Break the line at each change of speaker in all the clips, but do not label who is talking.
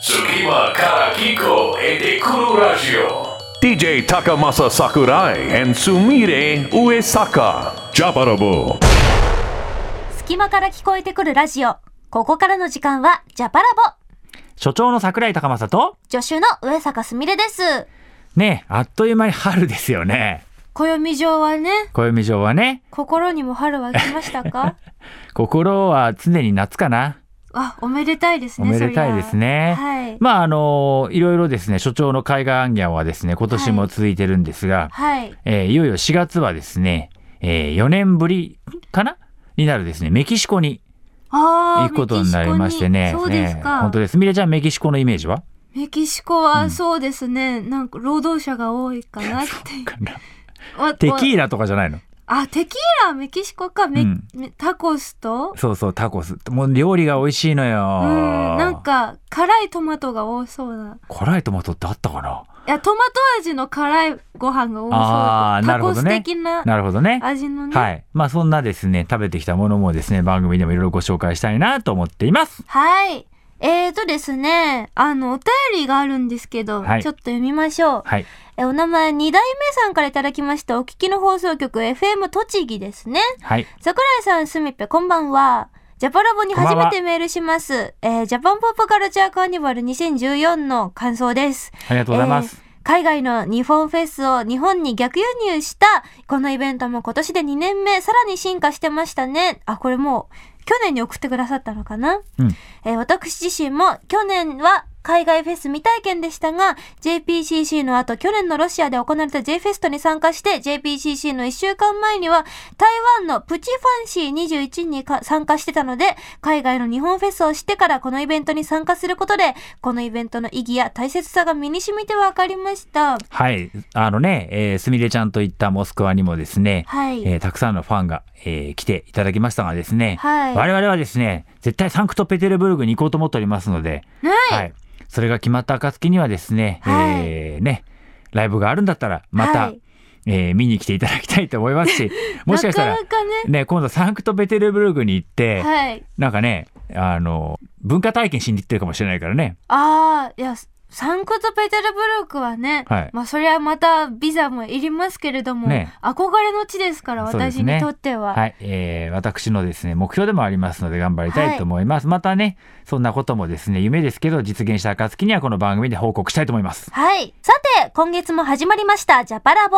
Tsukima Karakiko e Dekuru Radio.
DJ Takamasa Sakurai and Sumire Uesaka. Japarobo.
隙間から聞こえてくるラジオ。ここからの時間は、ジャパラボ。
所長の桜井高政と、
助手の上坂すみれです。
ねえ、あっという間に春ですよね。
暦上はね、
暦上はね、
心にも春は来ました か
心は常に夏かな。
あ、おめでたいです
お
ね、
めでたいですね。
そりゃはい。
まああのいろいろですね所長の海岸案件はですね今年も続いてるんですが、
はい。
いえーいよいよ4月はですね、え4年ぶりかなになるですねメキシコに
あー
行くことになりまして
メ
ね
キシコにそうです
ね
か。
本当ですみれちゃんメキシコのイメージは
メキシコはそうですね、なんか労働者が多いかなっていう。 わ
テ
わ
キーラとかじゃないの
あ、テキーラ、メキシコか、メ
うん
メタコスと
そうそうタコスもう料理が美味しいのよ、
うん、なんか辛いトマトが多そうな。
辛いトマトってあったかない
や、トマト味の辛いご飯が多そう。
あーな
タ
るほ
コ
ど
ス
ね
的 な
なるほどね
味のね。
は。いまあそんなですね食べてきたものもですね番組でもいろいろご紹介したいなと思っています
はい。えーとですね、あの、お便りがあるんですけど、
はい
ちょっと読みましょう。
はい
え、お名前、二代目さんからいただきました、お聞きの放送局、FM 栃木ですね。
はい
桜井さん、すみっぺ、こんばんは。ジャパラボに初めてメールします。えージャパンポップカルチャーカーニバル2014の感想です。
ありがとうございます、
えー海外の日本フェスを日本に逆輸入したこのイベントも今年で2年目さらに進化してましたねあこれもう去年に送ってくださったのかな、
うん
えー私自身も去年は海外フェス未体験でしたが JPCC の後去年のロシアで行われた J フェストに参加して JPCC の1週間前には台湾のプチファンシー21にか参加してたので海外の日本フェスをしてからこのイベントに参加することでこのイベントの意義や大切さが身に染みて分かりました
はい。あのね、えーすみれちゃんと行ったモスクワにもですね、
はい、
えーたくさんのファンが、えー来ていただきましたがですね、
はい
我々はですね、絶対サンクトペテルブルクに行こうと思っておりますので、
はい、
それが決まった暁にはですね、
はい
えーね、ライブがあるんだったら、また、
はい
えー見に来ていただきたいと思いますし、もしかしたら、
なかなかね
ね、今度サンクトペテルブルクに行って、
はい
なんかね、あの、文化体験しに行ってるかもしれないからね。
ああいやサンクトペテルブルクはね、
はい
まあそれはまたビザもいりますけれども、
ね
憧れの地ですから
そうです
私
ね
にとっては、
はい、えー私のですね目標でもありますので頑張りたいと思います、またねそんなこともですね夢ですけど実現した暁にはこの番組で報告したいと思います
はい。さて、今月も始まりました、ジャパラボ。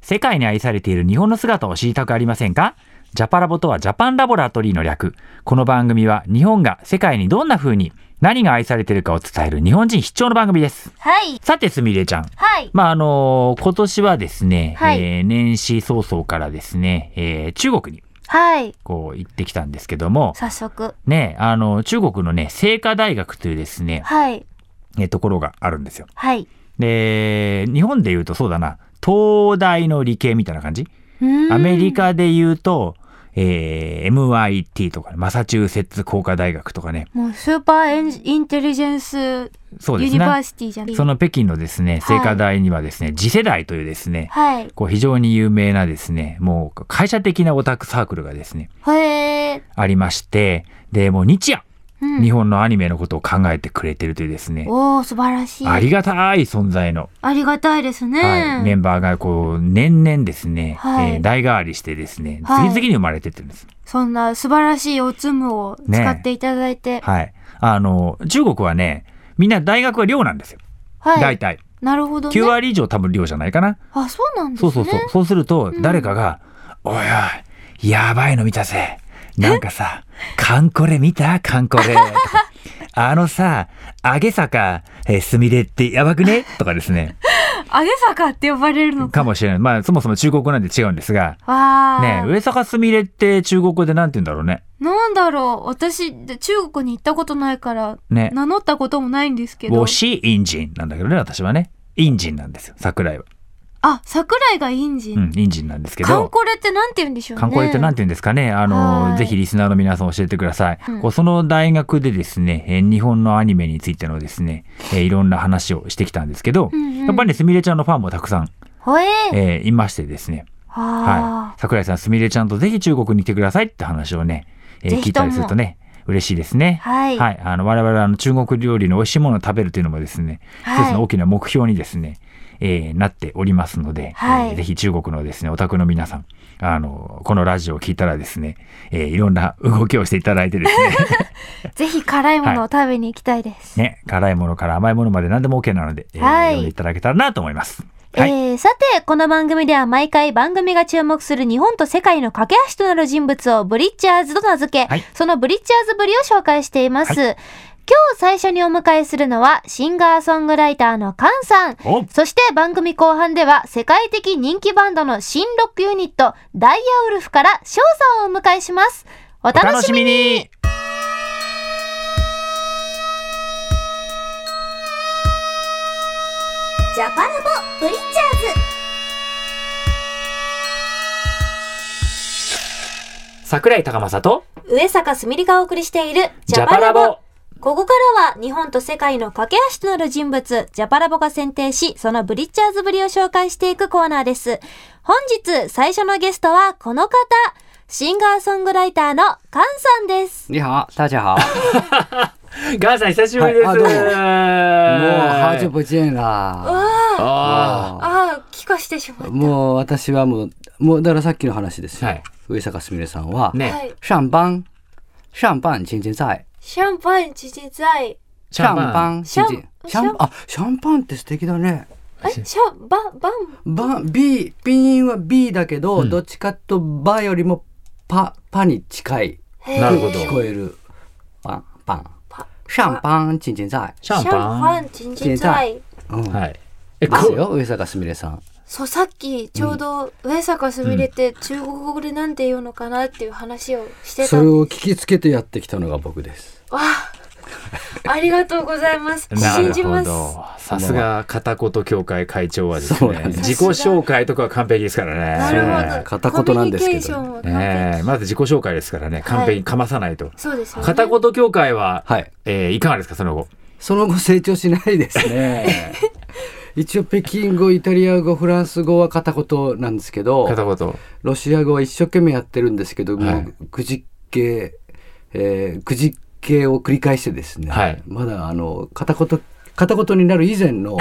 世界に愛されている日本の姿を知りたくありませんかジャパラボとはジャパンラボラトリーの略この番組は日本が世界にどんな風に何が愛されているかを伝える日本人必聴の番組です
はい。
さてすみれちゃん
はい。
まああのー今年はですね、
はい
えー年始早々からですね、えー中国に
はい。
こう行ってきたんですけども、
早速。
ね、あの、中国のね、清華大学というですね、
はい。
えところがあるんですよ。
はい。
で、日本で言うとそうだな、東大の理系みたいな感じ。
うーん
アメリ。カで言うと、えー MIT とか、マサチューセッツ工科大学とかね、
もうスーパーエンジインテリジェンスユ
そうです
ニバー
ね。
シティじゃん。
その北京のですね、清華大にはですね、次世代というですね、
はい。
こう非常に有名なですね、もう会社的なオタクサークルがですね、
へー
ありまして、で、もう日夜、
うん
日本のアニメのことを考えてくれてるというですね、
おー、素晴らしい。
ありがたい存在の、
ありがたいですね。
はい、メンバーがこう年々ですね、
はい
えー代替わりしてですね、
はい
次々に生まれてってるんです。
そんな素晴らしいおつむを使っていただいて。
はい。あの、中国はね、みんな大学は寮なんですよ。
は
大
い。
体。
なるほどね。
9割以上多分寮じゃないかな。
あ、そうなんです
そ
ね。
うそうそう。そうすると、誰かが、おいおい、やばいの見たぜ。なん かさ、カンコレ見たカンコレ。とかあのさ、上げ坂、えーすみれってやばくねとかです ね。
上げ坂って呼ばれるのか。
かもしれない。まあ、そもそも中国語なんて違うんですが、
わ
ね
ー。
え上坂すみれって中国語でなんて言うんだろうね。
なんだろう私で中国に行ったことないから、
ね
名乗ったこともないんですけ
ウォ
ど
シインジンなんだけどね、私はね。インジンなんですよ、桜井は。
あ桜井がインジ
う
ン、
ん、インジンなんですけ
カン
ど。
コレってなんて言うんでしょうね
観光ってなん
て
て言うんですかね。あ
は
の、
い
ぜひリスナーの皆さん教えてください。
うん
こうその大学でですね、えー日本のアニメについてのですね、えーいろんな話をしてきたんですけど、
うんうん
やっぱりね、すみれちゃんのファンもたくさん、
ほえー、
えーいましてですね、
あ
はい。桜井さん、すみれちゃんとぜひ中国に来てくださいって話をね、えー
ぜ
聞
ひ
い
と
た
も
りするとね、嬉しいですね。
はい
あの我々あの中国料理の美味しいものを食べるというのもですね、
はい
一つの大きな目標にですね、えーなっておりますので、
はい
えーぜひ中国のですね、お宅の皆さん、あの、このラジオを聞いたらですね、えーいろんな動きをしていただいてですね、
ぜひ辛いものを食べに行きたい です。
ね、辛いものから甘いものまで何でも OK なので、えー
はい
読んでいただけたらなと思います。はい。
えーさて、この番組では毎回番組が注目する日本と世界の架け橋となる人物をブリッジャーズと名付け、
はい
そのブリッジャーズぶりを紹介しています。
は
今日最初にお迎えするのはシンガーソングライターのカンさん。
お
そして番組後半では世界的人気バンドの新ロックユニットダイヤウルフから翔さんをお迎えします。お
お
楽しみに
に
ジャパラボブリッジャーズ
桜井高政と、
上坂すみりがお送りしているジ
ジ
ャ
ャ
パ
パ
ラボ
ラボ
ここからは日本と世界の架け橋となる人物、ジャパラボが選定し、そのブリッジャーズぶりを紹介していくコーナーです。本日最初のゲストはこの方、シンガーソングライターのカンさんです。
你好，大家 好，
ガンさん久しぶりです。
はいあどうももう
も
好久不见啦。
あ
ああ、帰化してしま
もう私はもうもうだからさっきの話ですよ。
はい
上坂すみれさんは、
あ。ね、
はい
上班上班今天在
シャンパン自治在。
シャンパン
シャンシ
シャ
ャ
ン
ンあシャンパンって素敵だね。
え、シャン、バ、バン。
バ B ピンは B だけど、どっちかとバよりもパパに近い
なるほど
聞こえるパンパン上班今天在
シャンパン。
ン自
治在。うん
はい。え、
です
こ
よ上坂すみれさん。
そうさっきちょうど上坂すみれって中国語でなんて言うのかなっていう話をして
そ
た
れを聞きつけてやってきたのが僕です。
ありがとうございます
な
信
る
じ
ほ
ます
ど。さすが片言協会会長はです
そう
ね
なん、です
自己紹介とかは完璧ですからね。
なるほど
片言なんですけどね
コミュニケーションを完璧
ねえ、まず自己紹介ですからね、完璧にかまさないと。
そうですよね
片言協会は、
はい。
えーいかがですか、その後。
その後成長しないですね。一応北京語、イタリア語、フランス語は片言なんですけ
片
ど、
言。
ロシア語は一生懸命やってるんですけど、
は
も
いう
くじっけ、えーくじっけを繰り返してですね、
はい
まだあの片言片言になる以前 の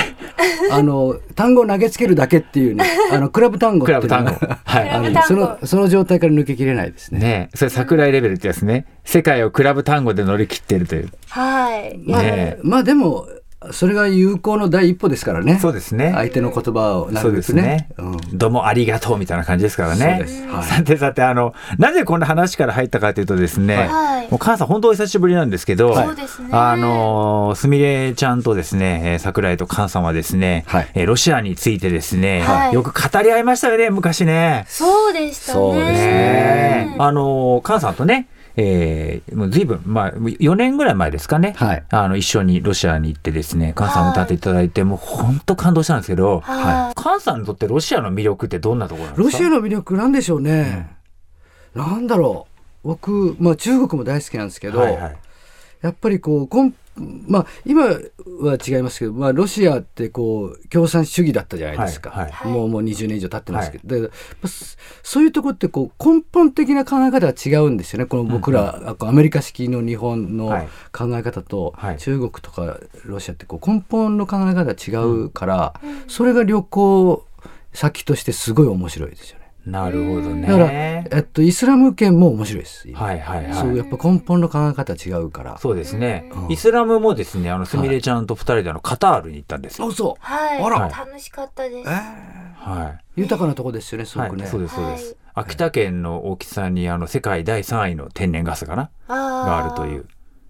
あの単語を投げつけるだけっていうね、あのクラブ単語っ
ク
てい
ラ
う
ブ
の
単語。
が
は
あ
クラ
る
ブ単語
そのその状態から抜けきれないです
い。
ね。
ねえ、それ桜井レベルってやつね。世界をクラブ単語で乗り切ってるという。
はいいや
ね
まあでもそれが友好の第一歩ですからね。
え。そうですね。
相手の言葉をな
そう
る
で
べ
す
く
ね
ね。うん。
どうもありがとうみたいな感じですから
そう
ね
で。すはい
さてさて、あの、なぜこんな話から入ったかというとですね、
はい
もう母さん本当お久しぶりなんですけど、
そうですね
あの、すみれちゃんとですね、えー桜井と菅さんはですね、
はい
えーロシアについてですね、
はい
よく語り合いましたよね、昔ね。
そうでした
そうです
ね
ねあの、菅さんとね、えー、もう随分、まあ、4年ぐらい前ですかね、
はい
あの、一緒にロシアに行ってですね、菅さん歌っていただいて、もう本当感動したんですけど、
は
菅さんにとってロシアの魅力ってどんなところなんですか
ロシアの魅力なんでしょうね。なんだろう。僕、まあ中国も大好きなんですけど、
はいはい
やっぱりこう、こんまあ今は違いますけど、まあロシアってこう、共産主義だったじゃないですか。
はい
はい
もうもう20年以上経ってますけど、でそそういうとこってこう根本的な考え方は違うんですよねこの僕ら、あこうアメリカ式の日本の
はい
考え方と、
はい
中国とかロシアってこう根本の考え方は違うから、それが旅行先としてすごい面白いですよね。
なるほどね。
だから、えっと、イスラム圏も面白いです、今
はいはいはい。そ
そう
う
やっぱ根本の考え方は違うから。
ですね、
うん
イスラムもですね、あの、すみれちゃんと二人であの、カタールに行ったんですよ。
そうそ
はい
あ
ら
楽しかったです
は
う豊かなとこですよね
い。
すご
はい
くね。
そうですそうです。
はい
秋田県の大きさに、あの、世界第3位の天然ガスかながあるという、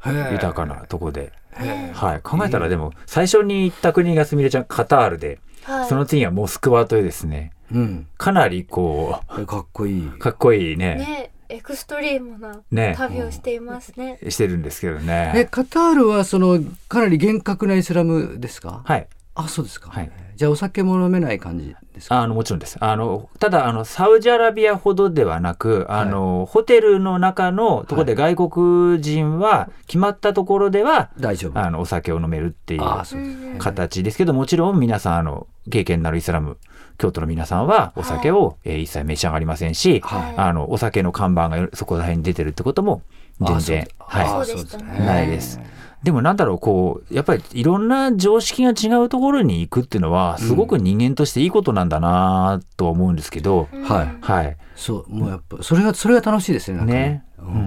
へえ
豊かなとこで。
へえ
はい。考えたらでも、最初に行った国がすみれちゃん、カタールで、
はい
その次はモスクワというですね、
うん、
かなりこ
かっこいい。
う、かっこいいね、
ねエクストリームな
ね
旅をしていますね
してるんですけど
え
ね。
カタールはそのかなり厳格なイスラムですか、
はい。
あそうですか、
はい
じゃあお酒も飲めない感じですか
あのもちろんです。あのただあのサウジアラビアほどではなく、あの、ホテルの中のところで外国人は決まったところでは、
大丈夫
あのお酒を飲めるってい
あ
う
そうですね
形ですけど、もちろん皆さんあの経験のあるイスラム教徒の皆さんはお酒を、えー一切召し上がりませんし、
はい
あのお酒の看板がそこら辺に出てるってことも全然。
あ
はい。
あ
そうでしたね
そう
ないです。でもなんだろう、こう、やっぱりいろんな常識が違うところに行くっていうのは、すごく人間としていいことなんだなとは思うんですけど、
はい。
はい。
そう、もうやっぱ、それが、それが楽しいですね、なんか
ね。うんうんう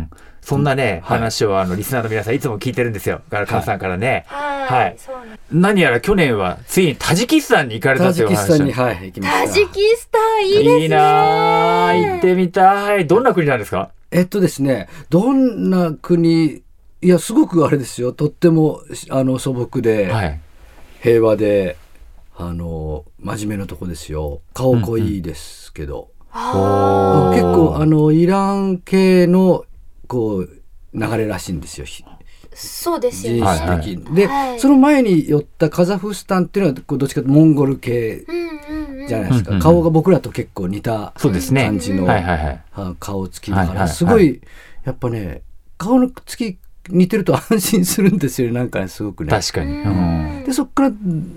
んそんなね、話をあのリスナーの皆さんいつも聞いてるんですよ。からカさんからね、
はい。
は
はいい。そうなんです
何やら去年はついにタジキスタンに行かれた
タ
とい
ジ
うお
キ
話
スタンに、はい、行きま
タ
し
ジ
た。
キスタンいいですね。
いいなあ行ってみたい。どんな国なんですか
えっとですね、どんな国、いや、すごくあれですよ、とっても、あの、素朴で、
はい。
平和で、あの、真面目なとこですよ。顔濃いですけど。
お
結構、あの、イラン系の、こう、流れらしいんですよ。ひ
そうですよね。
人
はいは
種
い
的に。で、
はい
その前に寄ったカザフスタンっていうのは、こうどっちかというとモンゴル系
うんうんうん。
じゃないですか。
うんうんうん
顔が僕らと結構似た
そうですね。
感じの
はいはいはい。
あ顔つきだから、
はいはいはい
すごい、やっぱね、顔のつき似てると安心するんですよね、なんかね、すごくね。
確か
う
に。
ん
うん
で、そこから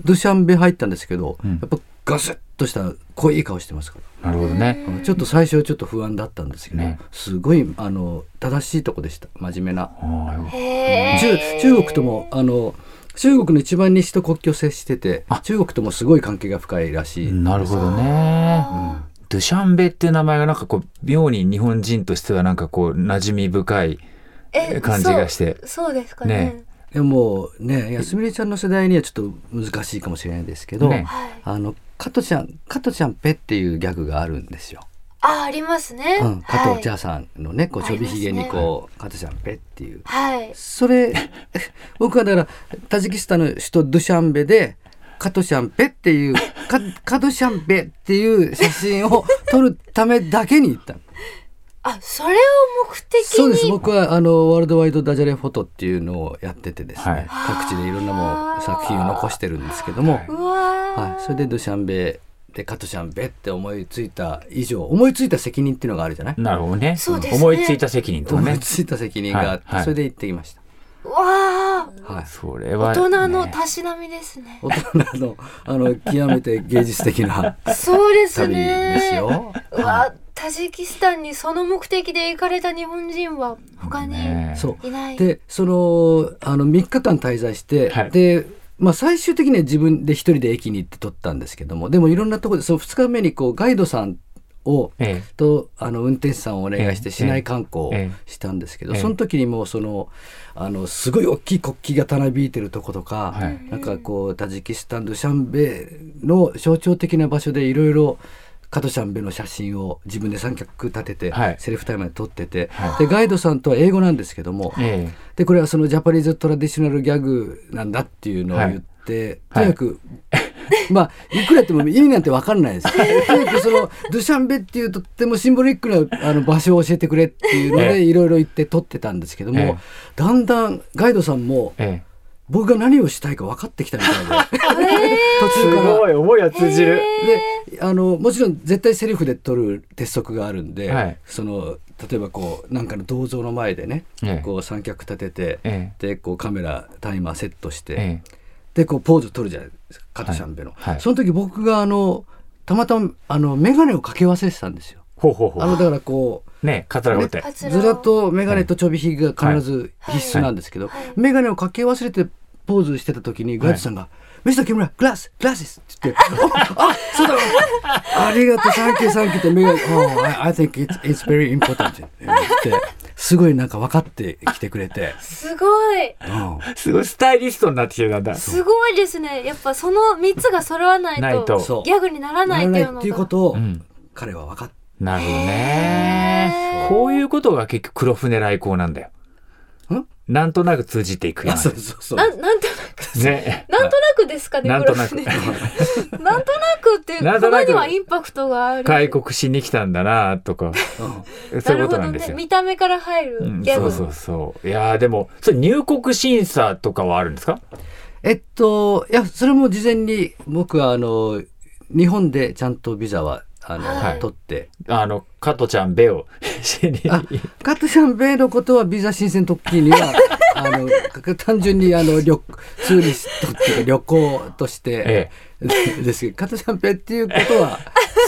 ドシャンベ入ったんですけど、
うん
やっぱガスッとした濃い顔してますから。
なるほどね。
ちょっと最初はちょっと不安だったんですけど、
ね
すごいあの正しいとこでした真面目な、
ああよかっ
へー
中中国ともあの中国の一番西と国境を接してて中国ともすごい関係が深いらしい、
たなるほどね。ドゥシャンベっていう名前がなんかこう妙に日本人としてはなんかこう馴染み深い
え
感じがして
そうそうですかね
ね
でもねやすみれちゃんの世代にはちょっと難しいかもしれないですけど、
ね
はい
あの加トちゃん加トちゃんペっていうギャグがあるんですよ、
あありますね、
うん、加
は
藤
い
茶さんのねこうちょびひげにこう、加トちゃんペっていう
はい
それ 僕はだからタジキスタンの首都ドゥシャンベでカトシャンベっていうカ カドシャンベっていう写真を撮るためだけに行ったの
あそれを目的に
そうです僕はあのワールドワイドダジャレフォトっていうのをやっててです
はい
ね、各地でいろんなもう作品を残してるんですけども、はいう
わー、
それでドゥシャンベでカトシャンベって思いついた以上思いついた責任っていうのがあるじゃない、
なるほどね。
そうですね
思いついた責任とか
思
ね
い。ついた責任があって、
はいはい
それで行ってきました。
うわー
はい
それは
大
ね、
人のたしなみですね
大人のあの極めて芸術的な
そうです
旅
ね
ですよ。
うわータジキスタンにその目的で行かれた日本人は他に
ね
そ
いな
う
い、
でそのあの3日間滞在して、
はい
で、まあ、最終的には自分で一人で駅に行って撮ったんですけどもでもいろんなところでその2日目にこうガイドさんを
え
とあの運転手さんをお願いし
ええ
て市内観光を
え
したんですけど、
ええ
その時にもうそのあのすごい大きい国旗がたなびいてるとことか、
はい
なんかこうタジキスタンドゥシャンベの象徴的な場所でいろいろカトシャンベの写真を自分で三脚立てて、
はい
セルフタイムで撮ってて、
は
でガイドさんとは英語なんですけども、
ええ
でこれはそのジャパニーズトラディショナルギャグなんだっていうのを言って、
はい
とにかく、 まあいくらやっても意味なんて分かんないですとにかくそのドゥシャンベっていうとってもシンボリックなあの場所を教えてくれっていうの
ええ
でいろいろ言って撮ってたんですけども、
ええ
だんだんガイドさんも
ええ
僕が何をしたいか分かってきたみた いで途中から。
い思いは通じる。
であのもちろん絶対セリフで撮る鉄則があるんで、
はい
その例えばこうなんかの銅像の前でね、
ええ
こう三脚立てて、
え
でこうカメラタイマーセットして、
え
でこうポーズ撮るじゃないですかカトシャンベの、
はいはい
その時僕があのたまたまあの眼鏡をかけ忘れてたんですよ。
ほうほうほ
あの
う。
だからこう
ねカツラ持って。
カツラを
ずらと眼鏡とちょびひげが必ず必須なんですけど、眼鏡をかけ忘れてポーズしてた時にガイドさんが「ミスター木村グラスグラスです」って言って「ああそうだわありがとうサンキューサンキュー」って眼鏡「Oh, I, I think it's, it's very important」って言ってすごいなんか分かってきてくれて、
すごい
うん
すごいスタイリストになってきてたんだ。
すごいですねやっぱその3つが揃わないと
ないと
そう
ギャグにならないっ
な
ていう
ら
の
な
が
っていうことを
うん
彼は分かって
なるほどね。こういうことが結局黒船来航なんだよ。
ん
なんとなく通じていくよ
あ。そうそうそう
なんなんとなく
ね。
なんとなくですかね、
なんとなく
これはねなんとなくっていう
なんと
言
な
葉
く
にはインパクトがある。
開国しに来たんだなとか。そういうことなんです
るほどね。
よ。
見た目から入る
うん
ギャ
そ
グ。
うそうそう。いやーでも、それ入国審査とかはあるんですか
えっといやそれも事前に僕はあの日本でちゃんとビザはあの、
はい
取って
あの、 加トちゃん、ベをしに。
あカトシャンベイのことはビザ申請の時にはあの単純にあの旅ツーリストっていうか旅行として
え
ですけど加藤ちゃんペっていうこ とは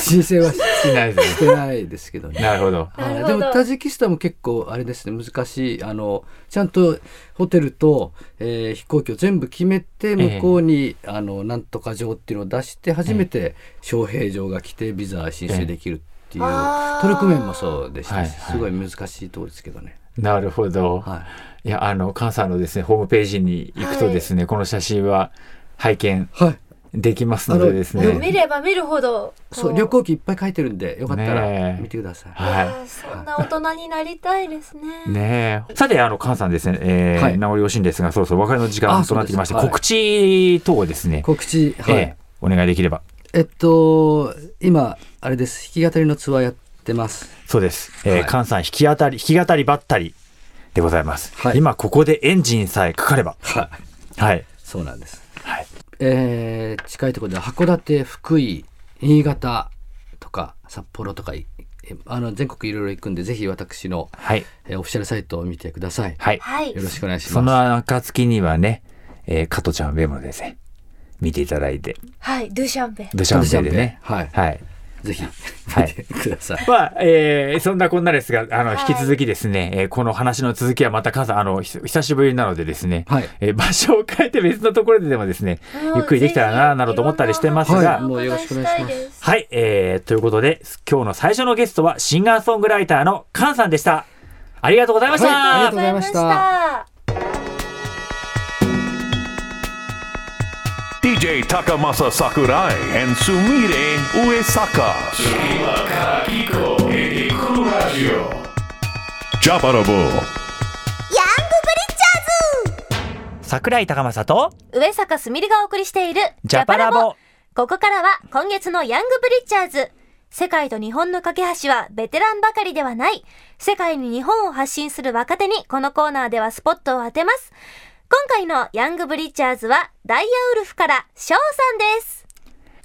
申請はし
しないですね
してないですけどね。
なるほど。
はい
なるほ
で
ど
もタジキスタンも結構あれですね難しいあのちゃんとホテルと、えー飛行機を全部決めて向こうに、あのなんとか状っていうのを出して初めて招聘状が来てビザ申請できるっていう、
あー
トルクメンもそうでしたし、
はい
すごい難しいところですけどね。
なるほど。、
はい
や、あの、関西のですね、ホームページに行くとですね、この写真は拝見
い、はい
できますのでです
あの
見
ね。
れば見るほど
そう
こ
旅行記いっぱい書いてるんでよかったら
ねえ
見てください。
いや
は
ーそんな大人になりたいですね
い。ねえ。さて、あの、菅さんですね、えー
はい
名残惜しいんですが、そうそう、お別れの時間
あ
となってきまして、
そうですはい
告知等をですね、
告知はい、
えーお願いできれば。
えっと今あれです弾き語りのツアーやってます。
そうです。えー、
はい
菅さん、弾き当たり、弾き語りばったりでございます。
はい
今、ここでエンジンさえかかれば。
はい
はい。
そうなんです。
はい。
えー近いところでは函館福井新潟とか札幌とかいえあの全国いろいろ行くんでぜひ私の、
はい。
えーオフィシャルサイトを見てください。
はい。
はい
よろしくお願いします。
その暁にはね、えー、加トちゃんウェブのですね、見ていただいて、
はいドゥシャンベ
ドシャンペでね。
はい
はい。
ぜひ
はい
見てください。
まあ、えーそんなこんなですが、あの、
はい
引き続きですね、えーこの話の続きはまた、母さん、あの、ひ久しぶりなのでですね、
はい
えー場所を変えて別のところででもですね
うん、
ゆっくりできたらな、などと思ったりしてます
はい
が、
もうよろしくお願いします
す
はい、えー、ということで、今日の最初のゲストは、シンガーソングライターのカンさんでした。ありがとうございました、
はいありがとうございました
た
DJ Takamasa Sakurai and Sumire Uesaka.
Terima Karakiko e Kuru Radio.
Jabarabo.
桜井高政と、
上坂すみれがお送りしている
ジャパラボ。
ここからは今月のヤングブリッジャーズ。世界と日本の架け橋はベテランばかりではない。世界に日本を発信する若手にこのコーナーではスポットを当てます。今回のヤングブリッジャーズはダイヤウルフから翔さんです。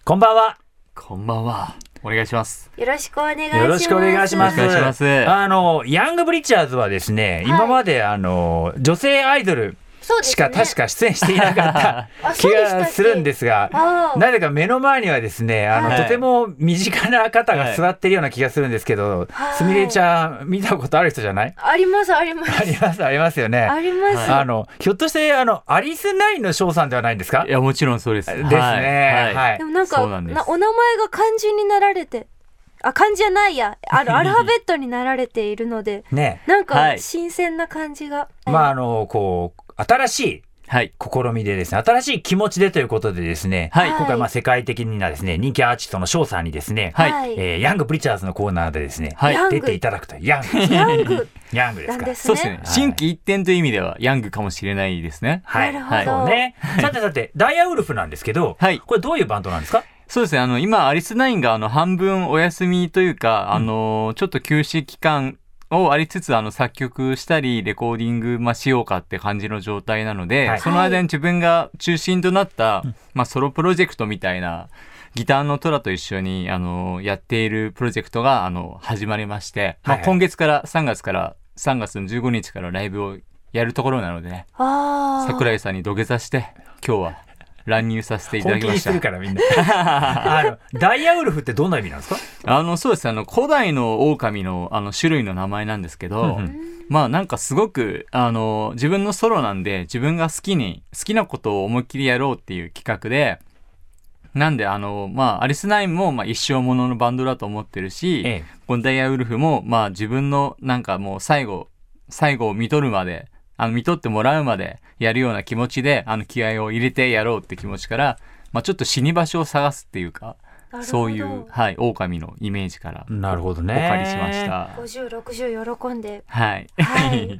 こんばんは。
こんばんは。お願いします。
よろしくお願いします
よろしくお願いします。
よろしくお願いします
あの、ヤングブリッチャーズはですね、今まであの、女性アイドル
そうですね
しか確か出演していなかった
あ
気
そうでしたっけ
がするんですが
あ、ー
なぜか目の前にはですね、あ
は
の、
い
とても身近な方が座ってるような気がするんですけど
は、い
すみれちゃん見たことある人じゃない
ありますあります
あります、ありますよね。
あります、
あの、ひょっとして、あの、アリスナインの翔さんではないんですか
いや、もちろんそうです。
ですね。はい
で。もなん
そ
か
うなんです
お名前が漢字になられてあ漢字じゃないやあのアルファベットになられているので
ね。
なんか
はい
新鮮な感じが、
まあ、あの、こう、新しい
はい。
試みでですね、新しい気持ちでということでですね、
はい
今回まあ世界的なですね、人気アーティストの翔さんにですね、
はい
はい
えーヤングブリッチャーズのコーナーでですね、
はい
ヤング
出ていただくという、ヤング、
ヤング
ヤングで
な
す
ん
か。
です
そう
ね
ですね。
い
新規一点という意味では、ヤングかもしれないですね。
はい。
なるほど
はいそう ね。さてさて、ダイヤウルフなんですけど、
はい
これどういうバンドなんですか
そうですね。あの、今、アリスナインが、あの、半分お休みというか、あの、ちょっと休止期間をありつつ、あの、作曲したり、レコーディング、まあ、しようかって感じの状態なので、
はい
その間に自分が中心となった、まあ、ソロプロジェクトみたいな、ギターのトラと一緒に、あの、やっているプロジェクトが、あの、始まりまして、ま
は
あ、
いはい
今月から、3月から、3月の15日からライブをやるところなのでね、
あー
桜井さんに土下座して、今日は乱入させていただ
本
き
気
ま
に
し
す
た
る。からみんな。 あの、ダイヤウルフってどんな意味なんですか
あのそうですねあの古代の狼のあの種類の名前なんですけど、
うんう
まあなんかすごくあの自分のソロなんで自分が好きに好きなことを思いっきりやろうっていう企画でなんであのまあアリスナインもまあ一生もののバンドだと思ってるし、
ええ
このダイヤウルフもまあ自分のなんかもう最後最後を見とるまであの見とってもらうまでやるような気持ちであの気合を入れてやろうって気持ちから、まあ、ちょっと死に場所を探すっていうか。
なるほど
そういう、はい、狼のイメージから、
なるほど
お
ね。
借りしました。
50、60喜ん で。
はい。
はい。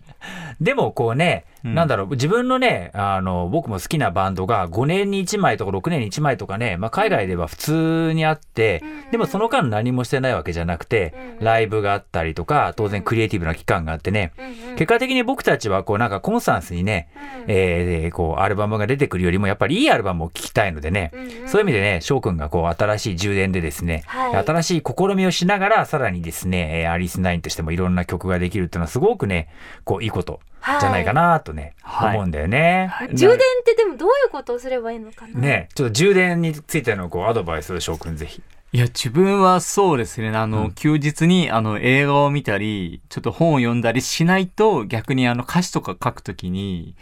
でもこうね、
うん
なんだろう、自分のね、あの、僕も好きなバンドが5年に1枚とか6年に1枚とかね、まあ海外では普通にあって、
うん
でもその間何もしてないわけじゃなくて、
うん
ライブがあったりとか、当然クリエイティブな期間があってね、
うんうん
結果的に僕たちはこうなんかコンスタンスにね、えーこうアルバムが出てくるよりもやっぱりいいアルバムを聴きたいのでね、
うんうん
そういう意味でね、翔くんがこう新しい充電でですね、
はい
新しい試みをしながらさらにですね、えーアリスナインとしてもいろんな曲ができるっていうのはすごくね、こういいこと
はい
じゃないかなとね、
はい
思うんだよね。
充電ってでもどういうことをすればいいのかな。
ねちょっと充電についてのこうアドバイスを翔くんぜひ。
いや、自分はそうですね。あの、休日にあの映画を見たり、ちょっと本を読んだりしないと、逆にあの歌詞とか書くときに、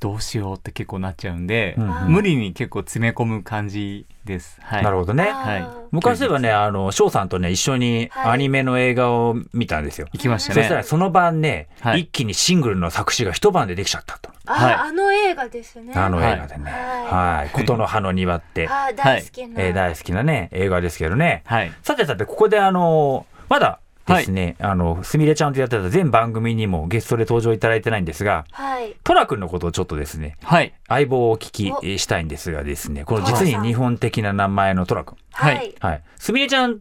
どうしようって結構なっちゃうんで、
うん
無理に結構詰め込む感じです。はい。
なるほどね。
あー
はい
昔ではね、あの、翔さんとね、一緒に
はい
アニメの映画を見たんですよ。
行きまし
そ
た
した
ね
ら。その晩ね、
はい
一気にシングルの作詞が一晩でできちゃったと。
あ、
はい
あの映画ですね。
あの
はい
映画でね。
は
はい。琴の葉の庭って、
あー大好きな。
えー大好きなね、映画ですけどね。
はい。
さてさて、ここであの、まだですね、あの、すみれちゃんとやってた全番組にもゲストで登場いただいてないんですが、
はい。
トラ君のことをちょっとですね、
はい。
相棒をお聞きえーしたいんですがですね、この実に日本的な名前のトラ君。
は
はい
い。
はい。すみれちゃん、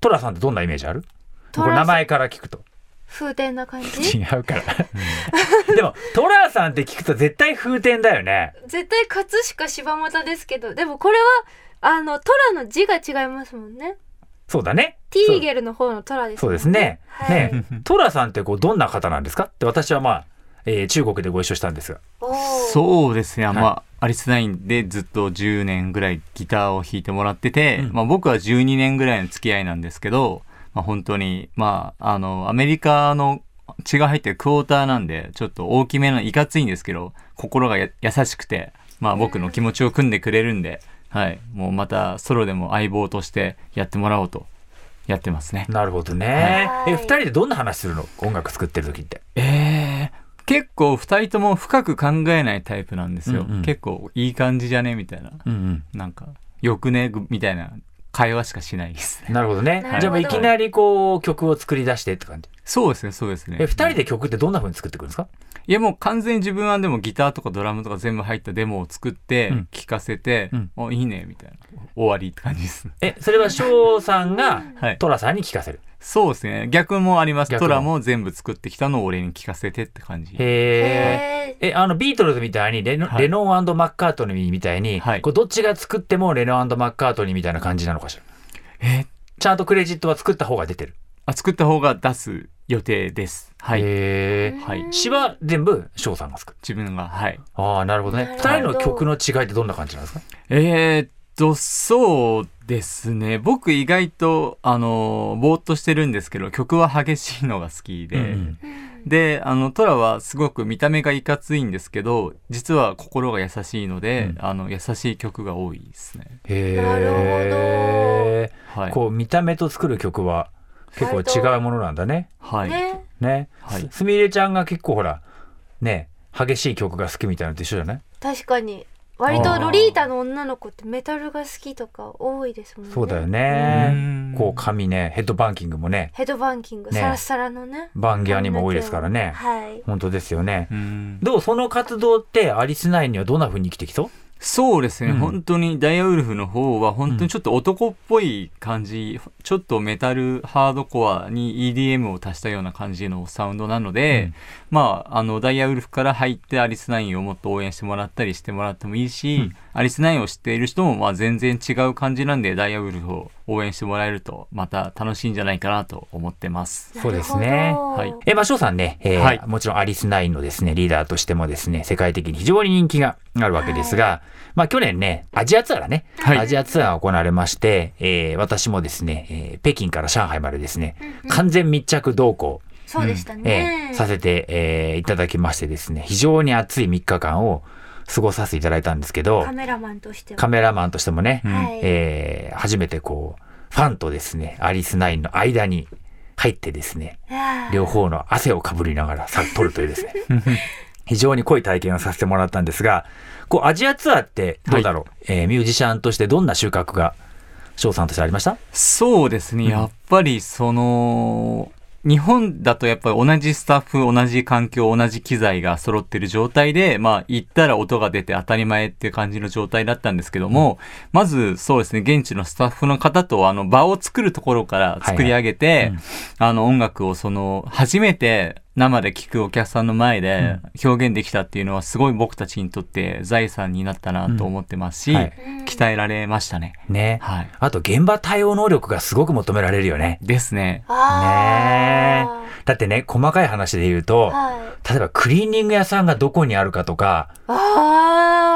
トラさんってどんなイメージある
ト
こ
ラ
れ
さん
名前から聞くと。
風天な感 じ。
違うから。でも、トラさんって聞くと絶対風天だよね。
絶対葛飾柴又ですけど、でもこれはあのトラの字が違いますもんね。
そうだね。
ティーゲルの方のトラです、
そうです。ね。
はい
ね、トラさんってこうどんな方なんですかって私はまあ、えー中国でご一緒したんですが。
おー
そうですね。あんまあ、アリスナインでずっと10年ぐらいギターを弾いてもらってて、
うん
まあ僕は12年ぐらいの付き合いなんですけど、まあ本当に、まああの、アメリカの血が入ってるクォーターなんで、ちょっと大きめのいかついんですけど、心がや優しくて、まあ僕の気持ちを組んでくれるんで、はい。もうまたソロでも相棒としてやってもらおうと、やってますね。
なるほどね。
はい
え、二人でどんな話するの音楽作ってる時って。
えー、結構二人とも深く考えないタイプなんですよ。
うんうん
結構いい感じじゃねみたいな。
うん
なんか、よくね、ぐみたいな会話しかしないで すね。
なるほどね。
なるほど
じゃあもういきなりこう曲を作り出してって感じ。
そうですね、そうですね。
え、二人で曲ってどんな風に作ってくるんですか
いや、もう完全に自分はでもギターとかドラムとか全部入ったデモを作って
うん、
聴かせて
うん、
お、いいね、みたいな。終わりって感じですね。
え、それは翔さんが
はい
トラさんに聞かせる。
そうですね。逆もあります。
逆も
トラも全部作ってきたのを俺に聞かせてって感じ。
へー。
へ
え、あの、ビートルズみたいにレノ、
はい
レノンマッカートニーみたいに、
はい
こうどっちが作ってもレノンマッカートニーみたいな感じなのかしら。
え
ちゃんとクレジットは作った方が出てる。
あ、作った方が出す予定です。はい。
へー。
はい。
詞は全部翔さんが作る。
自分が、はい。
ああ、なるほどね。二
な
人
るほど
の曲の違いってどんな感じなんですか
えーっと、そうですね。僕意外と、あの、ぼーっとしてるんですけど、曲は激しいのが好きで、
うん
で、あの、トラはすごく見た目がいかついんですけど、実は心が優しいので、
う
あの、優しい曲が多いですね。
へ
なる
え。
はい。
こう見た目と作る曲は結構違うものなんだね。
は
ー
い。
ね。
ね
はい。
すすみれちゃんが結構ほら、ね、激しい曲が好きみたいなのと一緒じゃない
確かに。割とロリータの女の子ってメタルが好きとか多いですもんね。
そうだよ
う
ね
ん。
こう髪ね、ヘッドバンキングもね、
ヘッドバンキング、
ね
サラッサラのね。
バンギャーにも多いですからね。
はい。
本当ですよね
う。ん
どうその活動ってアリスナインにはどんな風に生きてきそう
そうですね、
うん
本当にダイヤウルフの方は本当にちょっと男っぽい感じ、ちょっとメタルハードコアに EDM を足したような感じのサウンドなので、まああのダイヤウルフから入ってアリスナインをもっと応援してもらったりしてもらってもいいし、アリスナインを知っている人もまあ全然違う感じなんでダイヤウルフを応援してもらえるとまた楽しいんじゃないかなと思ってます。
そうですね
は
はいい。
えー、まあ、翔さんね、えー
はい
もちろんアリスナインのですね、リーダーとしてもですね、世界的に非常に人気があるわけですが、まあ、去年ね、アジアツアーがね、
はい
アジアツアーが行われまして、えー私もですね、えー北京から上海までですね、完全密着同行、
そうでしたね
えー。させて、えーいただきましてですね、非常に熱い3日間を過ごさせていただいたんですけど
カ、メラマンとしては。
カメラマンとしてもね、
はい。
えー初めてこう、ファンとですね、アリスナインの間に入ってですね、
あー
両方の汗をかぶりながらさ撮るというですね 非常に濃い体験をさせてもらったんですがこうアジアツアーってどうだろう、えーミュージシャンとしてどんな収穫が翔さんとしてありました
そうですね、やっぱりその、日本だとやっぱり同じスタッフ、同じ環境、同じ機材が揃ってる状態で、まあ行ったら音が出て当たり前っていう感じの状態だったんですけども、まずそうですね、現地のスタッフの方とあの場を作るところから作り上げて、
うん
あの音楽をその初めて生で聴くお客さんの前で表現できたっていうのはすごい僕たちにとって財産になったなと思ってますし、
うんはい
来鍛えられましたね。
ね。
はい。
あと現場対応能力がすごく求められるよね。
です
ね
ね。
あ
だってね、細かい話で言うと
あ。、はい。
例えばクリーニング屋さんがどこにあるかとか、
あ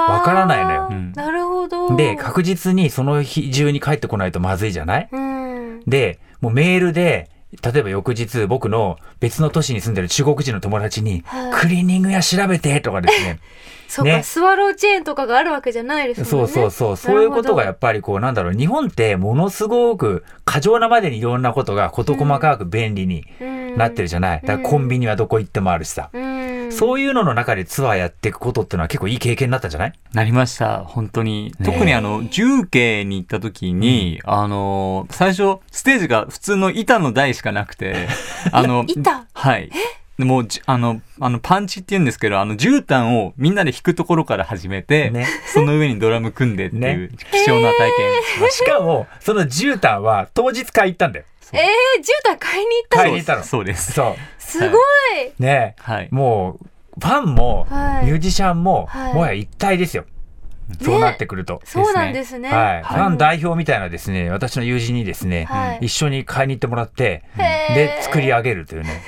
あ。
わからないのよ
うん
なるほど。
で、確実にその日中に帰ってこないとまずいじゃない
うん。
で、もうメールで、例えば翌日僕の別の都市に住んでる中国人の友達に、
はい
クリーニング屋調べてとかですね。
そうか、
ね
スワローチェーンとかがあるわけじゃないです
そ
もん
う
ね。
そうそう。そういうことがや
っ
っぱりこうなんだろう、日本ってものすごく過剰なまでにいろんなことが事細かく便利に
ぱな
なってる
じ
じゃない。だからコンビニはどこ行ってもあるしさ。
ゃん。うん。
そういうのの中でツアーやっていくことってのは結構いい経験になったんじゃない
なりました。本当に。
ね
特にあの、重慶に行った時に、あの、最初、ステージが普通の板の台しかなくて、 あの、
板
はい。でもうじ、あの、あの、パンチって言うんですけど、あの、絨毯をみんなで引くところから始めて、
ね
その上にドラム組んでっていう
ね
貴重な体験しまし
しかも、その絨毯は当日買い行ったんだよ。
えー、絨毯買いに行った
た。
買いに行ったの。
そうです。そうです
そう。
すごい。
ねえ。
はい。
もう、ファンも、
はい
ミュージシャンも、
はい
もはや一体ですよ。そうなってくると。
そうなんですね。
はい。ファン代表みたいなですね、私の友人にですね、
はい
一緒に買いに行ってもらって、
へー
で、作り上げるというね。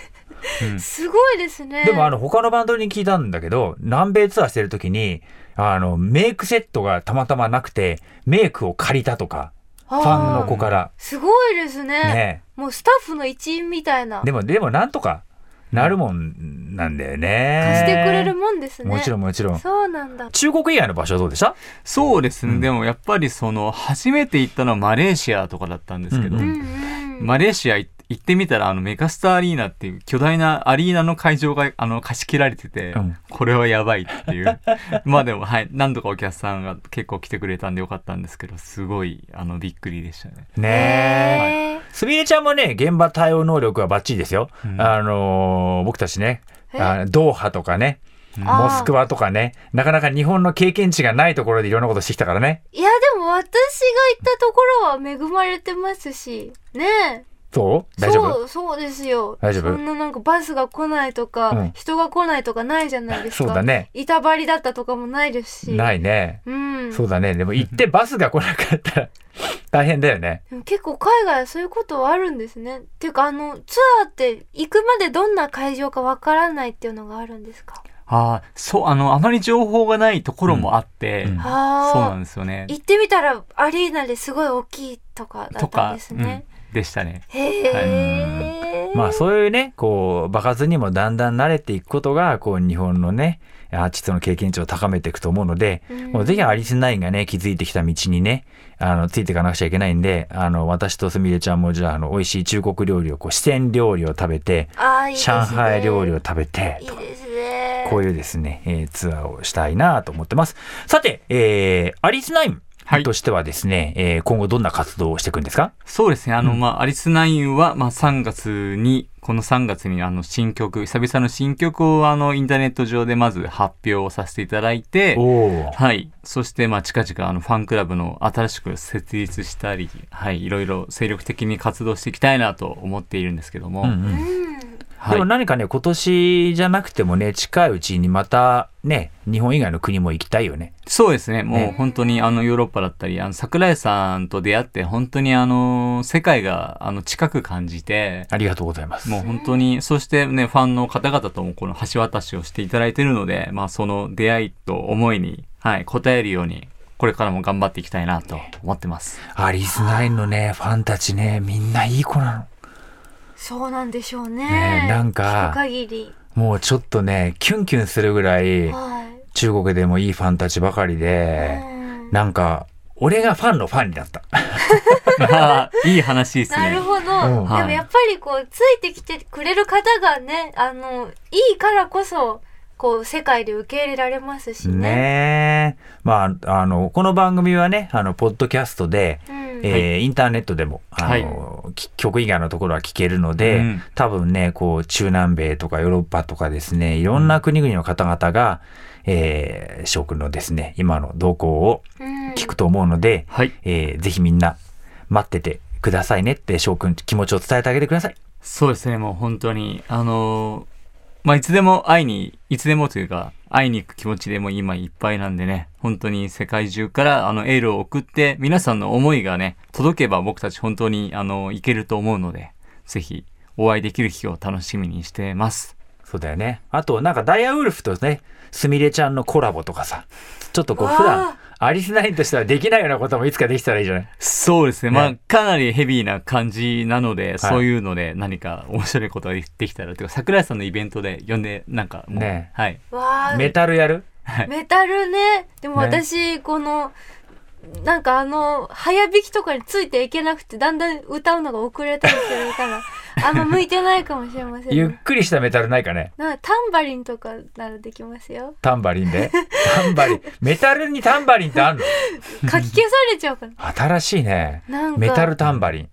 すごいですね。
でも、あの、他のバンドに聞いたんだけど、南米ツアーしてる時に、あの、メイクセットがたまたまなくて、メイクを借りたとか、
フ
ファンの子から。
すごいですね。
ね
もうスタッフの一員みたいな。
でも、でも、なんとかなるもんなんだよね。
貸してくれるもんですね。
もちろん、もちろん。
そうなんだ。
中国以外の場所はどうでした
そうですね、でもやっぱりその初めて行ったのはマレーシアとかだったんですけど、
うんう
うんうん。
マレーシア行ってみたらあのメガスタアリーナっていう巨大なアリーナの会場があの貸し切られてて、
うん
これはやばいっていう まあでもはい何度かお客さんが結構来てくれたんでよかったんですけどすごいあのびっくりでしたね。
ねえ。
へー
すみれちゃんもね、現場対応能力はバッチリですよ。
うん
あのー僕たちね、
え
あドーハとかね、
あー
モスクワとかね、なかなか日本の経験値がないところでいろんなことしてきたからね。
いやでも私が行ったところは恵まれてますしね
どう
え
大丈夫
そうそうですよ
大丈夫
そんななんかバスが来ないとか、
うん
人が来ないとかないじゃないですか
そうだね
板張りだったとかもないですし
ないいね。
うん
そうだね。でも行ってバスが来なかったら大変だよね。
でも結構海外はそういうことはあるんですねっていうかあのツアーって行くまでどんな会場かわからないっていうのがあるんですか
ああそうあのあまり情報がないところもあって、
うんうん
そう
あ
なん
あ
ですよね。
行ってみたらアリーナですごい大きいとかだ
と
ったん
か
ですね、
うんでしたね。
へえ、
まあそういうね、こう、場数にもだんだん慣れていくことが、こう、日本のね、アーティストの経験値を高めていくと思うので、
うん
もうぜひアリスナインがね、気づいてきた道にね、あの、ついていかなくちゃいけないんで、あの、私とすみれちゃんもじゃあ、あの、美味しい中国料理を、こう、四川料理を食べて、
あーいいですね
上海料理を食べて
い、いですね。
こういうですね、えーツアーをしたいなと思ってます。さて、えー、アリスナイン
はい
としてはですね、えー今後どんな活動をしていくんですか
そうですね。あの、まあ、アリスナインは、まあ、3月に、この3月に、あの、新曲、久々の新曲を、あの、インターネット上でまず発表をさせていただいて、
お
はい。そして、まあ、近々、あの、ファンクラブの新しく設立したり、はい、いろいろ精力的に活動していきたいなと思っているんですけども、
うんうん
うん
は
でも
い。
何かね、今年じゃなくてもね、近いうちにまたね、日本以外の国も行きたいよね。
そうですね。もう
ね
本当に、あの、ヨーロッパだったり、あの、桜井さんと出会って、本当に、あの、世界が、あの、近く感じて、
ありがとうございます。
もう本当に、そしてね、ファンの方々ともこの橋渡しをしていただいているので、まあその出会いと思いに、はい、応えるように、これからも頑張っていきたいなと思っ てます。
アリスナインのね、ファンたちね、みんないい子なの。
そうなんでしょうね。
ねえなんか
聞く限り。
もうちょっとね、キュンキュンするぐらい、
はい。
中国でもいいファンたちばかりで、
うん
なんか、俺がファンのファンになった。
あーいい話です
な
ね
る。ほど。
うん
でもやっぱりこう、ついてきてくれる方がね、あの、いいからこそ、こう、世界で受け入れられますしね。
ねえ。まあ、あの、この番組はね、あの、ポッドキャストで、
うん
えーインターネットでも、あの、き曲以外のところは聞けるので、
うん
多分ね、こう、中南米とかヨーロッパとかですね、いろんな国々の方々が、えー、翔くんのですね、今の動向を
うん
聞くと思うので、
はい。
えーぜひみんな待っててくださいねって翔くん気持ちを伝えてあげてください。
そうですね、もう本当に、あのーまあいつでも会いに、いつでもというか、会いに行く気持ちでもう今いっぱいなんでね、本当に世界中からあのエールを送って、皆さんの思いがね、届けば僕たち本当にあの、いけると思うので、ぜひお会いできる日を楽しみにしてます。
そうだよね。あと、なんかダイヤウルフとね、すみれちゃんのコラボとかさ、ちょっとこう、
わあ
普段、アリスナインとしてはできないようなこともいつかできたらいいじゃない
そうですね。
ね
まあ、かなりヘビーな感じなので、そういうので何か面白いことができたら、てか、桜井さんのイベントで呼んで、なんかもう、
ね
はい。
わあ
メタルやる
メタルねでも
ね
私、このなんかあの早弾きとかについていけなくてだんだん歌うのが遅れたりするから あんま向いてないかもしれません
ゆっ
ね
くりしたメタルないかね
なんかタンバリンとかならできますよ
タンバリンで。タンバリン。メタルにタンバリンってあるの
かき消されちゃうから
新しいね。
なんか
メタルタンバリン。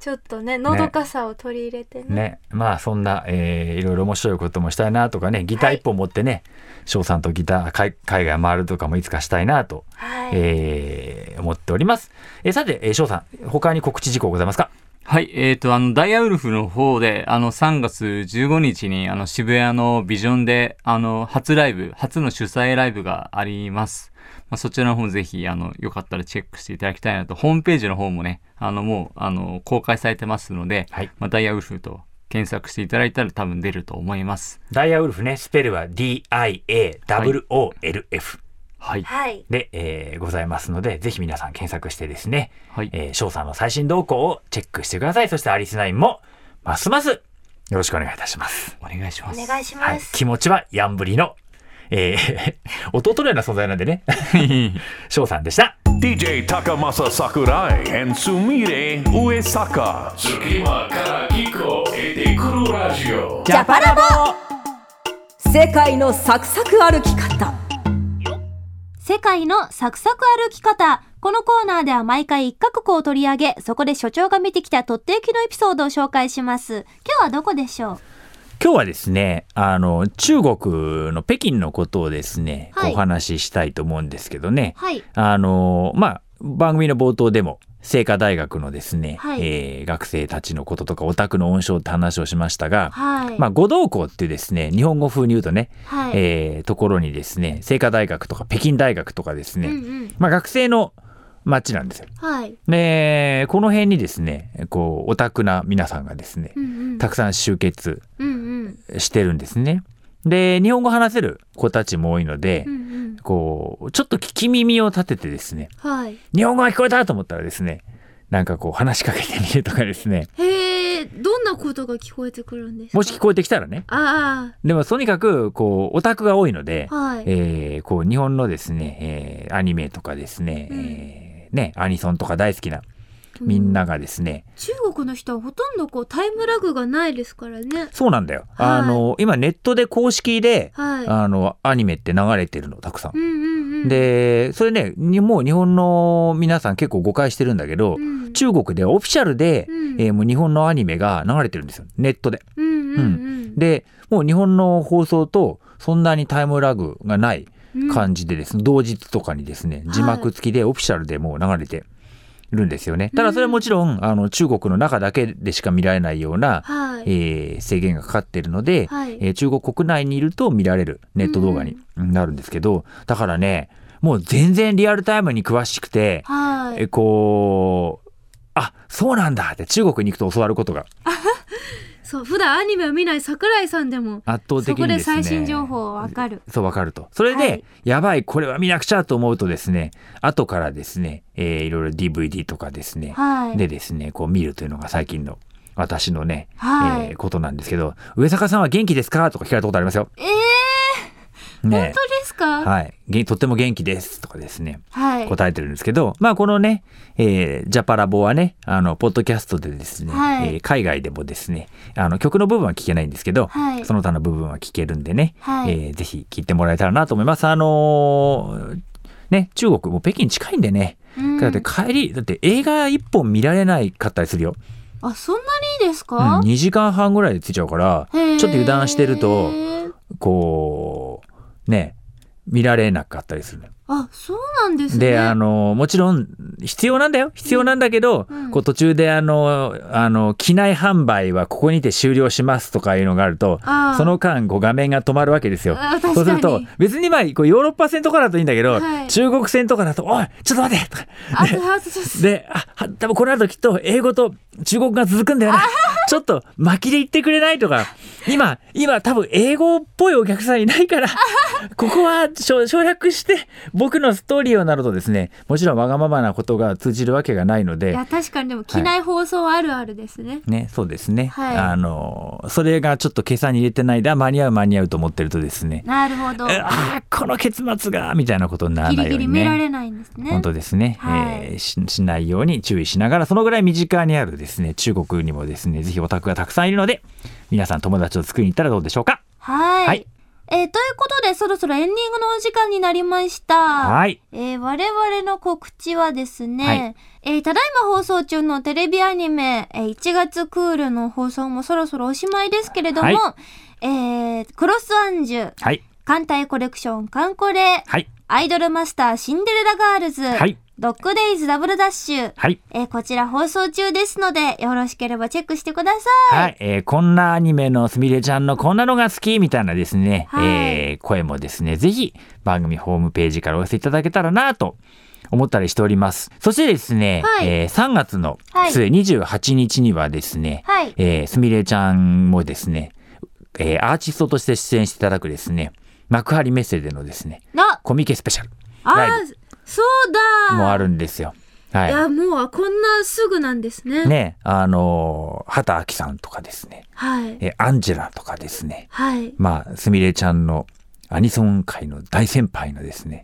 ちょっとねのどかさを取り入れてね
ね。まあそんな、えーいろいろ面白いこともしたいなとかね、ギター一本持ってね、翔、さんとギター海、海外回るとかもいつかしたいなと、
はい、
えー思っております。えーさて、翔、えー、翔さん、他に告知事項ございますか
はい、えっ、と、あの、ダイヤウルフの方で、あの、3月15日に、あの、渋谷のビジョンで、あの、初ライブ、初の主催ライブがあります。まあ、そちらの方ぜひ、あの、よかったらチェックしていただきたいなと、ホームページの方もね、あの、もう、あの、公開されてますので、
はい
まあ、ダイヤウルフと検索していただいたら多分出ると思います。
ダイヤウルフね、スペルは D-I-A-W-O-L-F
はい。
はい
で、えーございますので、ぜひ皆さん検索してですね、
はい。
えー、翔さんの最新動向をチェックしてください。そしてアリスナインも、ますます、よろしくお願いいたします。
お願いしま
お
す。
願いし
は
ま
い。
す、
気持ちはヤンブリの、えー 弟のような存在なんで ね、翔さんでした。
DJ Takamasa Sakurai and Sumire Uesaka.
Tsukima Karagiko et des Kuro Radio.
ジャパラボ世界のサクサク歩き方
世界のサクサク歩き方。このコーナーでは毎回一カ国を取り上げ、そこで所長が見てきたとっておきのエピソードを紹介します。今日はどこでしょう
今日はですね、あの、中国の北京のことをですね、
はい
お話ししたいと思うんですけどね。
はい。
あのまあ番組の冒頭でも清華大学のですね、
はい
えー学生たちのこととかオタクの温床って話をしましたが、
はい。
まあ、五道校ってですね日本語風に言うとね、
はい。
えーところにですね清華大学とか北京大学とかですね、
うんうん。
まあ、学生の町なんですよ。
はい。
でこの辺にですねこうオタクな皆さんがですね
うんうん。
たくさん集結
うんうん。
してるんですね。で日本語話せる子たちも多いので、
うんうん。
こうちょっと聞き耳を立ててですね
はい。
日本語が聞こえたと思ったらですねなんかこう話しかけてみるとかで すね
へえ、どんなことが聞こえてくるんですか
もし聞こえてきたらね
あ
でもとにかくこうオタクが多いので
あ、、はい。
えーこう日本のですね、えーアニメとかですね、
うん
えーねアニソンとか大好きなみんながですね、
中国の人はほとんどこうタイムラグがないですからね。
そうなんだよ、
はい
あの今ネットで公式で、
はい。
あのアニメって流れてるのたくさん
うん。うんうん。、
でそれねにもう日本の皆さん結構誤解してるんだけど、
うん、
中国ではオフィシャルで、
うん
えーもう日本のアニメが流れてるんですよネットで。
うんうんうん、
でもう日本の放送とそんなにタイムラグがない感じでですね、同日とかにですね字幕付きでオフィシャルでもう流れてるんですよね。ただそれはもちろんあの中国の中だけでしか見られないような、
うん、はい。
えー制限がかかってるので、
はい
えー中国国内にいると見られるネット動画になるんですけど、だからねもう全然リアルタイムに詳しくて、
はい。
えこうあそうなんだって中国に行くと教わることが
そう普段アニメを見ない桜井さんでも
圧倒
そ
的
こ
にで
です
ね
最新情報わかる。
そうわかるとそれで、
はい
やばいこれは見なくちゃと思うとですね後からですね、えーいろいろ DVD とかですね、
はい。
でですねこう見るというのが最近の私のね、
はい
えーことなんですけど「上坂さんは元気ですか?」とか聞かれたことありますよ。
えー、
ね
本当ですか？はい。
はい、げとっても元気ですとかですね答えてるんですけど、まあこのね、えージャパラボはね、あの、ポッドキャストでですね、
はい
えー海外でもですね、あの、曲の部分は聞けないんですけど、
はい
その他の部分は聞けるんでね、
はい
えーぜひ聞いてもらえたらなと思います。あのーね、中国も北京近いんでね、
うん
だって帰り、だって映画一本見られないかったりするよ。
あそんなにいいです
うん、
か？
2時間半ぐらいで着いちゃうから、ちょ
へ
っ
ー
と油断してると、こう、ね、見られなかったりするのよ
ああそうなんですね
であのもちろん必要なんだよ必要なんだけど、
うん
こう途中であのあの機内販売はここにて終了しますとかいうのがあると
あー
その間こう画面が止まるわけですよ
あー確かに
そうすると別にまあこうヨーロッパ線とかだといいんだけど、
はい
中国線とかだと「おいちょっと待って!」とか
あとあとちょっと
で、あ、は多分この後きっと英語と中国語が続くんだよね。ちょっと巻きで言ってくれないとか、今、今多分英語っぽいお客さんいないから、ここは省省略して僕のストーリーをなるとですね、もちろんわがままなことが通じるわけがないの
い
で、
や確かにでも機内放送あるあるですね、
ね、そうですね。
はい
あの、それがちょっと計算に入れてないで、あ間に合う間に合うと思ってるとですね、
なるほど
えあーこの結末が、みたいなことになら
ギ
ない
リ
よ
ギリ
うに
見ら
ね。
れないんですね
本当ですね、
はい
えーししないように注意しながらそのぐらい身近にあるですね中国にもですねぜひオタクがたくさんいるので皆さん友達を作りに行ったらどうでしょうか
はい、
はい
えーということでそろそろエンディングのお時間になりました
はい
えー我々の告知はですね、
はい
えーただいま放送中のテレビアニメ、えー1月クールの放送もそろそろおしまいですけれども、
はい
えークロスアンジュ、
はい
艦隊コレクション、カンコレ、
はい
アイドルマスター、シンデレラガールズ、
はい
ドッグデイズダブルダッシュ、
はい
えーこちら放送中ですので、よろしければチェックしてください。
はい、えーこんなアニメのすみれちゃんのこんなのが好きみたいなですね、
はい
えー声もですね、ぜひ番組ホームページからお寄せいただけたらなと思ったりしております。そしてですね、
はい
えー3月の
はい
末28日にはですね、
はい
えーすみれちゃんもですね、えーアーティストとして出演していただくですね、幕張メッセでのですね、
な、
コミケスペシャル
あ
ライ
ー、そうだ
ブもあるんですよ。はいい。
や、もう、こんなすぐなんですね。
ね、あのー畑明さんとかですね、
はい。
えーアンジェラとかですね、
はい。
まあ、すみれちゃんのアニソン界の大先輩のですね、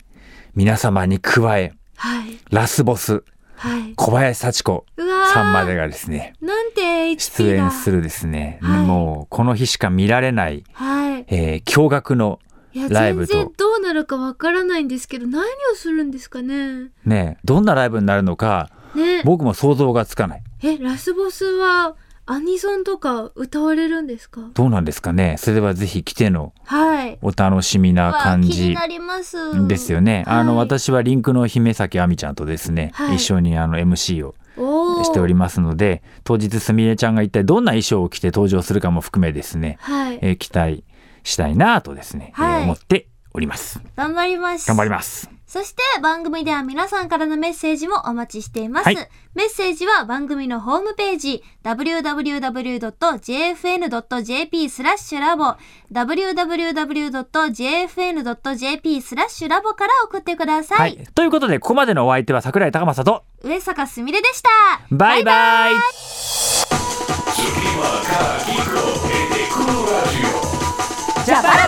皆様に加え、
はい。
ラスボス、
はい。
小林幸子
うわー
さんまでがですね、
なんて HP だ。
出演するですね、
はい
もうこの日しか見られない、
はい。
えー驚愕の
いや、
ライブ
全然
と
どうなるかわからないんですけど、何をするんですかね。
ね、どんなライブになるのか、
ね。
僕も想像がつかない。
え、ラスボスは、アニソンとか歌われるんですか
どうなんですかねそれはぜひ来ての
はい。
お楽しみな
わあ
感
気に
じ
なります。
ですよね。あの、
はい
私はリンクの姫崎亜美ちゃんとですね、
はい
一緒にあの MC を
おー
しておりますので当日すみれちゃんが一体どんな衣装を着て登場するかも含めですね、
はい。
えー期待したいなとですね、
はい
えー思っております
頑張ります。
頑張ります
そして番組では皆さんからのメッセージもお待ちしています。
はい
メッセージは番組のホームページ www.jfn.jp スラッシュラボ www.jfn.jp スラッシュラボから送ってくださ。
はいい、ということでここまでのお相手は桜井高政と
上坂すみれでした。
バイバイ
Tsukimaka Kiko et Kuro Radio.
ジャパラボ